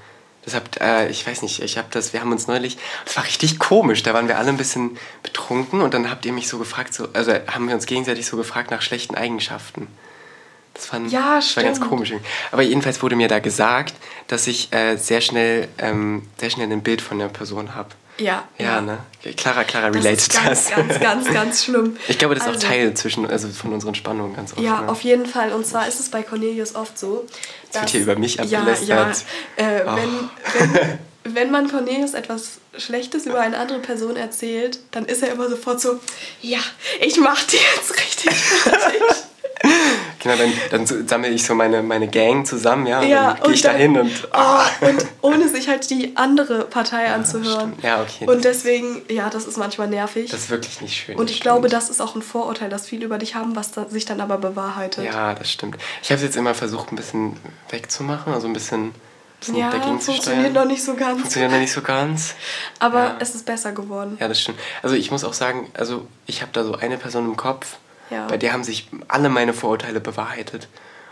Speaker 1: das habt, äh, ich weiß nicht, ich habe das, wir haben uns neulich, das war richtig komisch, da waren wir alle ein bisschen betrunken und dann habt ihr mich so gefragt, so, also haben wir uns gegenseitig so gefragt nach schlechten Eigenschaften. Das, fand,
Speaker 2: Ja,
Speaker 1: das war ganz
Speaker 2: stimmt.
Speaker 1: komisch. irgendwie. Aber jedenfalls wurde mir da gesagt, dass ich äh, sehr schnell, ähm, sehr schnell ein Bild von der Person habe.
Speaker 2: Ja,
Speaker 1: Ja,
Speaker 2: ja.
Speaker 1: ne? Clara, Clara
Speaker 2: Das
Speaker 1: related
Speaker 2: ist ganz,
Speaker 1: das.
Speaker 2: ganz, ganz, ganz schlimm.
Speaker 1: Ich glaube, das ist
Speaker 2: Also-
Speaker 1: auch Teil zwischen, also von unseren Spannungen ganz oft.
Speaker 2: Ja,
Speaker 1: ne?
Speaker 2: auf jeden Fall. Und zwar ist es bei Cornelius oft so. Jetzt
Speaker 1: wird hier über mich abgelästert. Oh.
Speaker 2: Ja, ja. Äh, wenn, wenn, wenn man Cornelius etwas Schlechtes über eine andere Person erzählt, dann ist er immer sofort so: Ja, ich mach dir jetzt richtig fertig.
Speaker 1: Genau, dann, dann so- sammle ich so meine, meine Gang zusammen, ja,
Speaker 2: ja,
Speaker 1: dann gehe ich da hin und. ah.
Speaker 2: oh, und ohne sich halt die andere Partei anzuhören.
Speaker 1: stimmt. Ja, okay,
Speaker 2: Und deswegen, ja, das ist manchmal nervig.
Speaker 1: Das ist wirklich nicht schön.
Speaker 2: und
Speaker 1: das
Speaker 2: ich glaube,
Speaker 1: stimmt.
Speaker 2: das ist auch ein Vorurteil, dass viele über dich haben, was da, sich dann aber bewahrheitet.
Speaker 1: Ja, das stimmt. Ich habe es jetzt immer versucht, ein bisschen wegzumachen, also ein bisschen, ein bisschen
Speaker 2: Ja,
Speaker 1: dagegen zu
Speaker 2: funktioniert
Speaker 1: steuern.
Speaker 2: noch nicht so ganz.
Speaker 1: Funktioniert noch nicht so ganz.
Speaker 2: Aber
Speaker 1: Ja.
Speaker 2: es ist besser geworden.
Speaker 1: Ja, das stimmt. Also ich muss auch sagen, also ich habe da so eine Person im Kopf,
Speaker 2: Ja.
Speaker 1: Bei der haben sich alle meine Vorurteile bewahrheitet.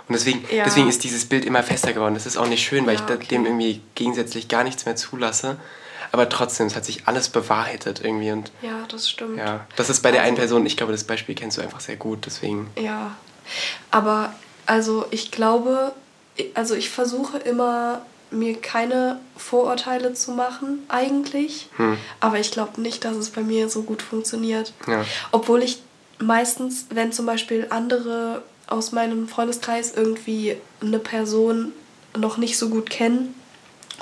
Speaker 1: Und deswegen,
Speaker 2: Ja.
Speaker 1: deswegen ist dieses Bild immer fester geworden. Das ist auch nicht schön, weil
Speaker 2: Ja,
Speaker 1: ich da-
Speaker 2: okay.
Speaker 1: dem irgendwie gegensätzlich gar nichts mehr zulasse. Aber trotzdem, es hat sich alles bewahrheitet irgendwie. Und
Speaker 2: Ja, das stimmt.
Speaker 1: ja, das ist bei der
Speaker 2: Also-
Speaker 1: einen Person, ich glaube, das Beispiel kennst du einfach sehr gut. Deswegen,
Speaker 2: Ja, aber also ich glaube, i- also ich versuche immer, mir keine Vorurteile zu machen, eigentlich.
Speaker 1: Hm.
Speaker 2: Aber ich glaube nicht, dass es bei mir so gut funktioniert.
Speaker 1: Ja.
Speaker 2: Obwohl ich meistens, wenn zum Beispiel andere aus meinem Freundeskreis irgendwie eine Person noch nicht so gut kennen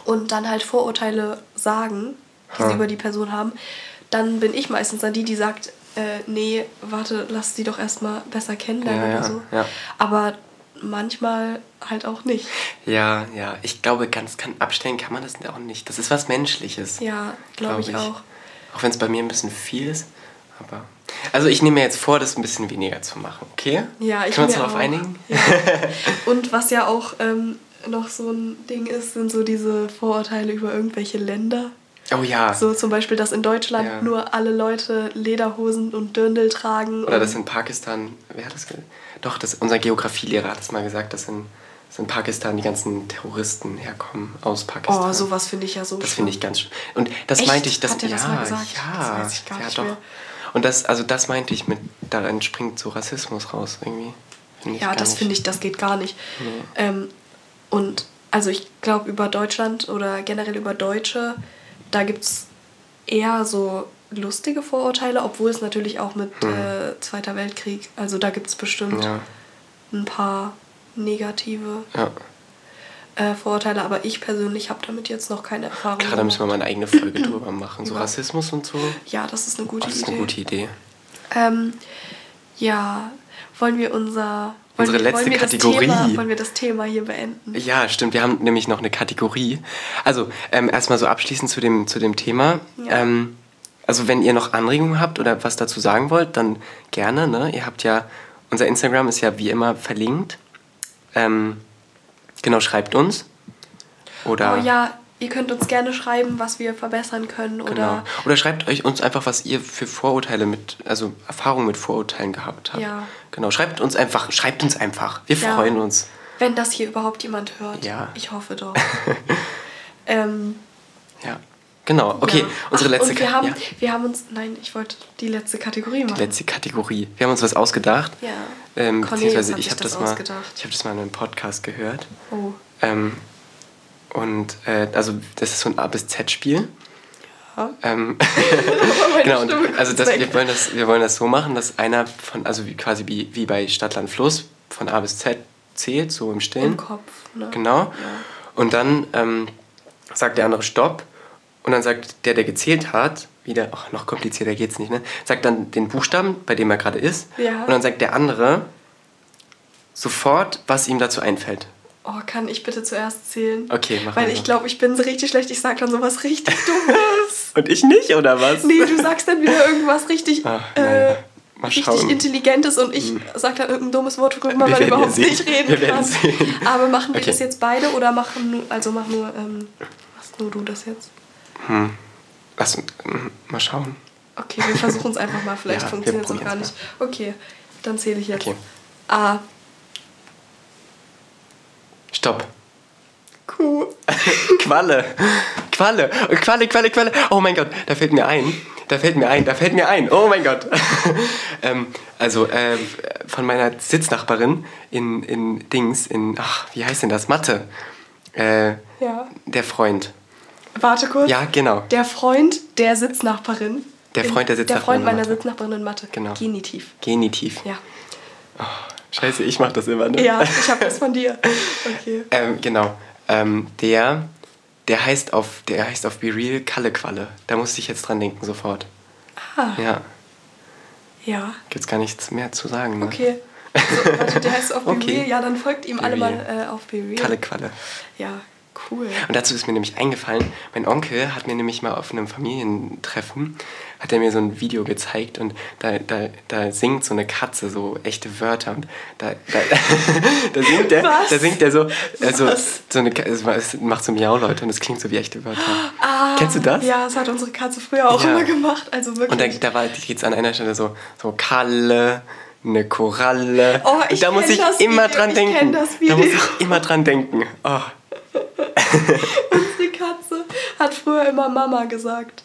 Speaker 2: und dann halt Vorurteile sagen, die sie
Speaker 1: Hm.
Speaker 2: über die Person haben, dann bin ich meistens dann die, die sagt, äh, nee, warte, lass sie doch erstmal besser kennenlernen
Speaker 1: Ja,
Speaker 2: oder
Speaker 1: ja,
Speaker 2: so.
Speaker 1: ja.
Speaker 2: Aber manchmal halt auch nicht.
Speaker 1: ja, ja. Ich glaube, ganz kann, abstellen kann man das auch nicht. Das ist was Menschliches.
Speaker 2: Ja, glaube ich, auch.
Speaker 1: Auch wenn es bei mir ein bisschen viel ist. Aber. Also ich nehme mir jetzt vor, das ein bisschen weniger zu machen, okay?
Speaker 2: Ja, ich
Speaker 1: Können wir uns
Speaker 2: mir
Speaker 1: darauf
Speaker 2: auch.
Speaker 1: einigen?
Speaker 2: Ja. Und was ja auch ähm, noch so ein Ding ist, sind so diese Vorurteile über irgendwelche Länder.
Speaker 1: Oh ja.
Speaker 2: So zum Beispiel, dass in Deutschland
Speaker 1: Ja.
Speaker 2: nur alle Leute Lederhosen und Dirndl tragen.
Speaker 1: Oder
Speaker 2: und-
Speaker 1: das in Pakistan, wer hat das ge- Doch, das, unser Geografielehrer hat es mal gesagt, dass in, dass in Pakistan die ganzen Terroristen herkommen aus Pakistan.
Speaker 2: Oh, sowas finde ich ja so
Speaker 1: Das
Speaker 2: schlimm.
Speaker 1: finde ich ganz schlimm. Und das
Speaker 2: Echt?
Speaker 1: meinte ich, das,
Speaker 2: Hat der
Speaker 1: ja,
Speaker 2: das mal gesagt?
Speaker 1: ja,
Speaker 2: Das weiß ich gar
Speaker 1: ja,
Speaker 2: nicht
Speaker 1: doch.
Speaker 2: mehr.
Speaker 1: Und das, also das meinte ich mit, da entspringt so Rassismus raus irgendwie. Finde ich
Speaker 2: Ja,
Speaker 1: gar
Speaker 2: das
Speaker 1: nicht.
Speaker 2: finde ich, das geht gar nicht. Ähm, und also ich glaube, über Deutschland oder generell über Deutsche, da gibt es eher so lustige Vorurteile, obwohl es natürlich auch mit äh, Zweiter Weltkrieg, also da gibt es bestimmt
Speaker 1: Hm. Ja,
Speaker 2: ein paar negative
Speaker 1: ja.
Speaker 2: äh, Vorurteile, aber ich persönlich habe damit jetzt noch keine Erfahrung.
Speaker 1: Gerade müssen wir mal eine eigene Folge drüber machen. So
Speaker 2: Über-
Speaker 1: Rassismus und so.
Speaker 2: ja, das ist eine gute
Speaker 1: das
Speaker 2: Idee.
Speaker 1: ist eine gute Idee.
Speaker 2: Ähm, ja, wollen wir unser wollen
Speaker 1: Unsere
Speaker 2: wir,
Speaker 1: letzte
Speaker 2: wollen wir
Speaker 1: Kategorie.
Speaker 2: Das Thema, wollen wir das Thema hier beenden?
Speaker 1: Ja, stimmt. Wir haben nämlich noch eine Kategorie. Also, ähm, erstmal so abschließend zu dem, zu dem Thema.
Speaker 2: Ja.
Speaker 1: Ähm, also, wenn ihr noch Anregungen habt oder was dazu sagen wollt, dann gerne. Ne? Ihr habt ja, unser Instagram ist ja wie immer verlinkt. Ähm, genau, schreibt uns. Oder,
Speaker 2: Oh ja, ihr könnt uns gerne schreiben, was wir verbessern können
Speaker 1: genau.
Speaker 2: oder
Speaker 1: oder schreibt euch uns einfach, was ihr für Vorurteile mit, also Erfahrungen mit Vorurteilen gehabt habt.
Speaker 2: Ja.
Speaker 1: Genau, schreibt uns einfach, schreibt uns einfach. Wir
Speaker 2: Ja.
Speaker 1: freuen uns.
Speaker 2: wenn das hier überhaupt jemand hört.
Speaker 1: Ja.
Speaker 2: Ich hoffe doch. ähm,
Speaker 1: Ja. Genau, okay.
Speaker 2: ja.
Speaker 1: Unsere
Speaker 2: Ach,
Speaker 1: letzte
Speaker 2: und wir
Speaker 1: Ka-
Speaker 2: haben,
Speaker 1: ja.
Speaker 2: wir haben uns, nein, ich wollte die letzte Kategorie machen.
Speaker 1: letzte Kategorie. Wir haben uns was ausgedacht.
Speaker 2: Ja.
Speaker 1: Ähm,
Speaker 2: Cornelius
Speaker 1: beziehungsweise
Speaker 2: hat
Speaker 1: ich
Speaker 2: sich
Speaker 1: habe
Speaker 2: das
Speaker 1: das, mal,
Speaker 2: ausgedacht.
Speaker 1: ich habe das mal in einem Podcast gehört.
Speaker 2: Oh.
Speaker 1: Ähm, und äh, also das ist so ein A bis Z Spiel.
Speaker 2: Ja.
Speaker 1: Ähm,
Speaker 2: Meine
Speaker 1: genau. Und,
Speaker 2: Stimme kommt
Speaker 1: also das,
Speaker 2: weg.
Speaker 1: wir wollen das, wir wollen das so machen, dass einer von, also wie, quasi wie, wie bei Stadtland Fluss von A bis Z zählt, so im Stillen.
Speaker 2: im Kopf. Ne?
Speaker 1: Genau. Und dann ähm, sagt der andere Stopp. Und dann sagt der, der gezählt hat, wieder, ach, noch komplizierter geht's nicht, ne? Sagt dann den Buchstaben, bei dem er gerade ist.
Speaker 2: Ja.
Speaker 1: Und dann sagt der andere sofort, was ihm dazu einfällt.
Speaker 2: Oh, kann ich bitte zuerst zählen?
Speaker 1: Okay, machen
Speaker 2: Weil
Speaker 1: wir
Speaker 2: ich
Speaker 1: so.
Speaker 2: glaube, ich bin so richtig schlecht. Ich sag dann sowas richtig dumm.
Speaker 1: Und ich nicht, oder was?
Speaker 2: Nee, du sagst dann wieder irgendwas richtig,
Speaker 1: Ach,
Speaker 2: äh,
Speaker 1: naja. Mal
Speaker 2: richtig
Speaker 1: schauen. Hm.
Speaker 2: Intelligentes und ich sag dann irgendein dummes Wort, worüber
Speaker 1: Wir
Speaker 2: man
Speaker 1: werden ja
Speaker 2: überhaupt
Speaker 1: sehen.
Speaker 2: nicht reden
Speaker 1: Wir werden
Speaker 2: kann.
Speaker 1: sehen.
Speaker 2: Aber machen wir
Speaker 1: Okay.
Speaker 2: das jetzt beide oder machen nur, also mach nur, ähm, machst nur du das jetzt?
Speaker 1: Lass uns ähm, mal schauen.
Speaker 2: Okay, wir versuchen es einfach mal, vielleicht
Speaker 1: Ja, wir
Speaker 2: funktioniert es auch gar
Speaker 1: probieren's
Speaker 2: nicht. Okay, dann zähle ich jetzt.
Speaker 1: Okay.
Speaker 2: A,
Speaker 1: Stopp.
Speaker 2: Q.
Speaker 1: Qualle. Qualle. Qualle, Qualle, Qualle. Oh mein Gott, da fällt mir ein. Da fällt mir ein, da fällt mir ein. Oh mein Gott. ähm, also äh, von meiner Sitznachbarin in, in Dings, in, ach, wie heißt denn das? Mathe. Äh,
Speaker 2: Ja.
Speaker 1: Der Freund.
Speaker 2: Warte kurz.
Speaker 1: Ja, genau.
Speaker 2: Der Freund der Sitznachbarin.
Speaker 1: Der Freund der
Speaker 2: Der
Speaker 1: Sitznachbarin
Speaker 2: Freund
Speaker 1: in
Speaker 2: meiner
Speaker 1: Mathe.
Speaker 2: Sitznachbarin in Mathe.
Speaker 1: Genau.
Speaker 2: Genitiv.
Speaker 1: Genitiv.
Speaker 2: Ja.
Speaker 1: Scheiße, ich mach das immer, ne?
Speaker 2: Ja, ich habe das von dir. Okay.
Speaker 1: Ähm, genau. Ähm, der, der heißt auf, der heißt auf Be Real Kalle Qualle. Da musste ich jetzt dran denken, sofort.
Speaker 2: Ah,
Speaker 1: Ja,
Speaker 2: ja.
Speaker 1: gibt's gar nichts mehr zu sagen. Ne?
Speaker 2: Okay. So, warte, der heißt auf Be
Speaker 1: Okay.
Speaker 2: Real. Ja, dann folgt ihm
Speaker 1: Be
Speaker 2: alle mal
Speaker 1: Real.
Speaker 2: äh, auf Be Real.
Speaker 1: Kalle Qualle.
Speaker 2: Ja, cool.
Speaker 1: Und dazu ist mir nämlich eingefallen, mein Onkel hat mir nämlich mal auf einem Familientreffen, hat er mir so ein Video gezeigt und da, da, da singt so eine Katze so echte Wörter und da, da, da singt der,
Speaker 2: Was?
Speaker 1: da singt der so, also
Speaker 2: Was?
Speaker 1: so eine, Ka- es war- es macht so Miau Leute und es klingt so wie echte Wörter. Kennst du das?
Speaker 2: Ah. Ja, das hat unsere Katze früher auch
Speaker 1: Ja.
Speaker 2: immer gemacht. Also
Speaker 1: Und da,
Speaker 2: wirklich.
Speaker 1: da war, geht's an einer Stelle so, so Kalle, eine Koralle.
Speaker 2: Oh, ich
Speaker 1: da muss
Speaker 2: kenn
Speaker 1: ich
Speaker 2: das
Speaker 1: immer
Speaker 2: Video,
Speaker 1: dran
Speaker 2: ich
Speaker 1: denken.
Speaker 2: kenn das
Speaker 1: Da muss
Speaker 2: Video.
Speaker 1: ich immer dran denken. Oh.
Speaker 2: Unsere Katze hat früher immer Mama gesagt.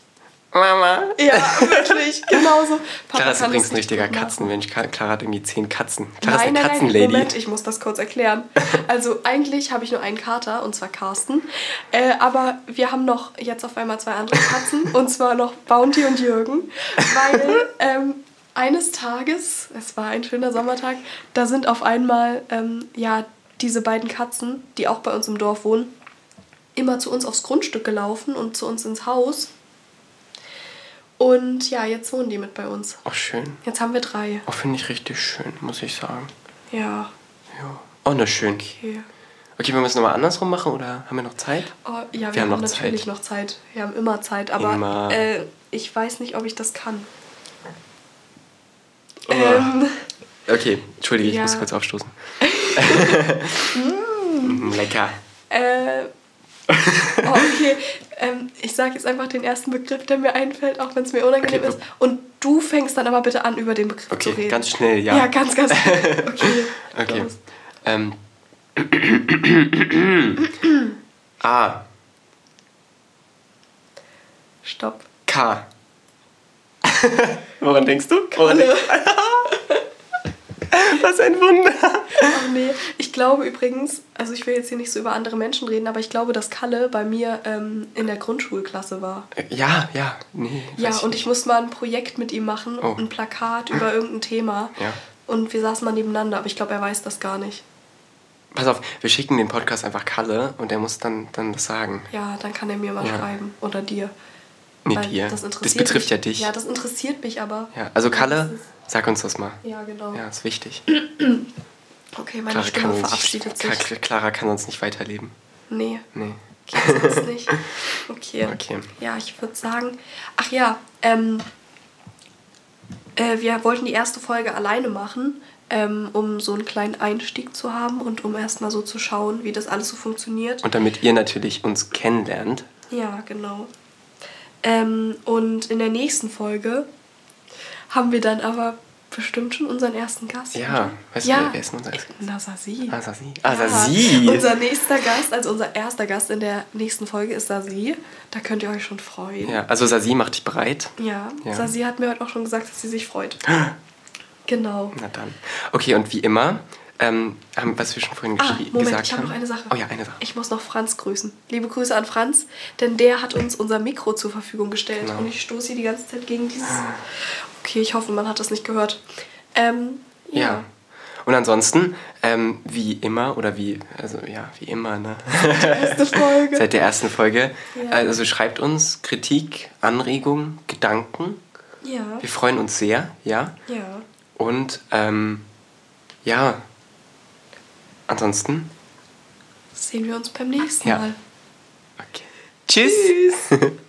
Speaker 1: Mama.
Speaker 2: Ja, wirklich, genauso.
Speaker 1: Clara ist
Speaker 2: kann
Speaker 1: übrigens
Speaker 2: das
Speaker 1: ein
Speaker 2: nicht
Speaker 1: richtiger
Speaker 2: gut machen.
Speaker 1: Katzenmensch. Ka- Clara hat irgendwie zehn Katzen. Clara ist
Speaker 2: Nein, nein,
Speaker 1: eine
Speaker 2: nein,
Speaker 1: Katzenlady.
Speaker 2: Moment, ich muss das kurz erklären. Also eigentlich habe ich nur einen Kater, und zwar Carsten. Äh, aber wir haben noch jetzt auf einmal zwei andere Katzen, und zwar noch Bounty und Jürgen. Weil ähm, eines Tages, es war ein schöner Sommertag, da sind auf einmal ähm, ja, diese beiden Katzen, die auch bei uns im Dorf wohnen, immer zu uns aufs Grundstück gelaufen und zu uns ins Haus. Und ja, jetzt wohnen die mit bei uns.
Speaker 1: Oh, schön.
Speaker 2: Jetzt haben wir drei.
Speaker 1: Oh, finde ich richtig schön, muss ich sagen.
Speaker 2: Ja,
Speaker 1: Ja. Oh, na schön.
Speaker 2: okay.
Speaker 1: Okay, wir müssen nochmal andersrum machen oder haben wir noch Zeit?
Speaker 2: Oh, ja, wir, haben,
Speaker 1: noch
Speaker 2: natürlich
Speaker 1: Zeit.
Speaker 2: noch Zeit. Wir haben immer Zeit, aber
Speaker 1: Immer.
Speaker 2: Äh, ich weiß nicht, ob ich das kann.
Speaker 1: Oh.
Speaker 2: Ähm,
Speaker 1: Okay, entschuldige, ich
Speaker 2: Ja.
Speaker 1: muss kurz aufstoßen. Mm, Lecker.
Speaker 2: äh, oh, okay. Ähm, ich sage jetzt einfach den ersten Begriff, der mir einfällt, auch wenn es mir unangenehm
Speaker 1: Okay,
Speaker 2: ist. Und du fängst dann aber bitte an, über den Begriff zu
Speaker 1: Okay,
Speaker 2: reden.
Speaker 1: ganz schnell, ja.
Speaker 2: ja. ja, ganz, ganz. Okay.
Speaker 1: Okay.
Speaker 2: Los.
Speaker 1: Ähm. A.
Speaker 2: Stopp.
Speaker 1: K. Woran denkst du? Woran
Speaker 2: Alle.
Speaker 1: denkst- Was ein Wunder.
Speaker 2: Ach nee, ich glaube übrigens, also ich will jetzt hier nicht so über andere Menschen reden, aber ich glaube, dass Kalle bei mir ähm, in der Grundschulklasse war.
Speaker 1: Ja, ja, nee.
Speaker 2: Ja,
Speaker 1: weiß
Speaker 2: und ich musste mal ein Projekt mit ihm machen,
Speaker 1: Oh.
Speaker 2: ein Plakat über irgendein Thema.
Speaker 1: Ja.
Speaker 2: Und wir saßen mal nebeneinander, aber ich glaube, er weiß das gar nicht.
Speaker 1: Pass auf, wir schicken den Podcast einfach Kalle und er muss dann, dann das sagen.
Speaker 2: Ja, dann kann er mir mal
Speaker 1: Ja.
Speaker 2: schreiben. Oder dir.
Speaker 1: Nee,
Speaker 2: Weil
Speaker 1: dir. Das, betrifft
Speaker 2: mich.
Speaker 1: ja dich.
Speaker 2: Ja,
Speaker 1: Ja,
Speaker 2: das interessiert mich aber.
Speaker 1: also
Speaker 2: Das
Speaker 1: Kalle,
Speaker 2: ist-
Speaker 1: sag uns das mal.
Speaker 2: Ja, genau.
Speaker 1: Ja, ist wichtig.
Speaker 2: Okay, meine
Speaker 1: Clara kann,
Speaker 2: Stimme
Speaker 1: uns
Speaker 2: verabschiedet
Speaker 1: nicht,
Speaker 2: sich.
Speaker 1: Clara- Clara kann uns nicht weiterleben.
Speaker 2: Nee,
Speaker 1: Nee.
Speaker 2: geht sonst nicht. Okay.
Speaker 1: Okay.
Speaker 2: Ja, ich würde sagen. Ach ja, ähm, äh, wir wollten die erste Folge alleine machen, ähm, um so einen kleinen Einstieg zu haben und um erstmal so zu schauen, wie das alles so funktioniert.
Speaker 1: Und damit ihr natürlich uns kennenlernt,
Speaker 2: Ja, genau. Ähm, und in der nächsten Folge haben wir dann aber bestimmt schon unseren ersten Gast.
Speaker 1: Ja,
Speaker 2: oder?
Speaker 1: weißt du, wer- wer ist denn unser erster
Speaker 2: Na, Sasi.
Speaker 1: Ah, Sasi. Ah,
Speaker 2: Ja,
Speaker 1: Sasi.
Speaker 2: Unser nächster Gast, also unser erster Gast in der nächsten Folge ist Sasi. Da könnt ihr euch schon freuen.
Speaker 1: Ja, also Sasi macht dich bereit.
Speaker 2: Ja,
Speaker 1: Ja.
Speaker 2: Sasi hat mir heute auch schon gesagt, dass sie sich freut. genau.
Speaker 1: Na dann. Okay, und wie immer, ähm, haben, was wir schon vorhin
Speaker 2: Ah,
Speaker 1: geschrie-
Speaker 2: Moment,
Speaker 1: gesagt
Speaker 2: ich habe
Speaker 1: haben.
Speaker 2: noch eine Sache.
Speaker 1: Oh ja, eine Sache.
Speaker 2: Ich muss noch Franz grüßen. Liebe Grüße an Franz, denn der hat uns unser Mikro zur Verfügung gestellt.
Speaker 1: Genau. Ah.
Speaker 2: Und ich stoße hier die ganze Zeit gegen dieses. Okay, ich hoffe, man hat das nicht gehört. Ähm,
Speaker 1: ja.
Speaker 2: ja.
Speaker 1: Und ansonsten, ähm, wie immer, oder wie, also ja, wie immer, ne?
Speaker 2: Erste Folge.
Speaker 1: Seit der ersten Folge.
Speaker 2: Genau. Ja.
Speaker 1: Also schreibt uns Kritik, Anregungen, Gedanken.
Speaker 2: Ja.
Speaker 1: Wir freuen uns sehr, ja.
Speaker 2: Ja.
Speaker 1: Und ähm, ja, ansonsten,
Speaker 2: Sehen wir uns beim nächsten
Speaker 1: Ja.
Speaker 2: Mal.
Speaker 1: okay. Tschüss.
Speaker 2: Tschüss.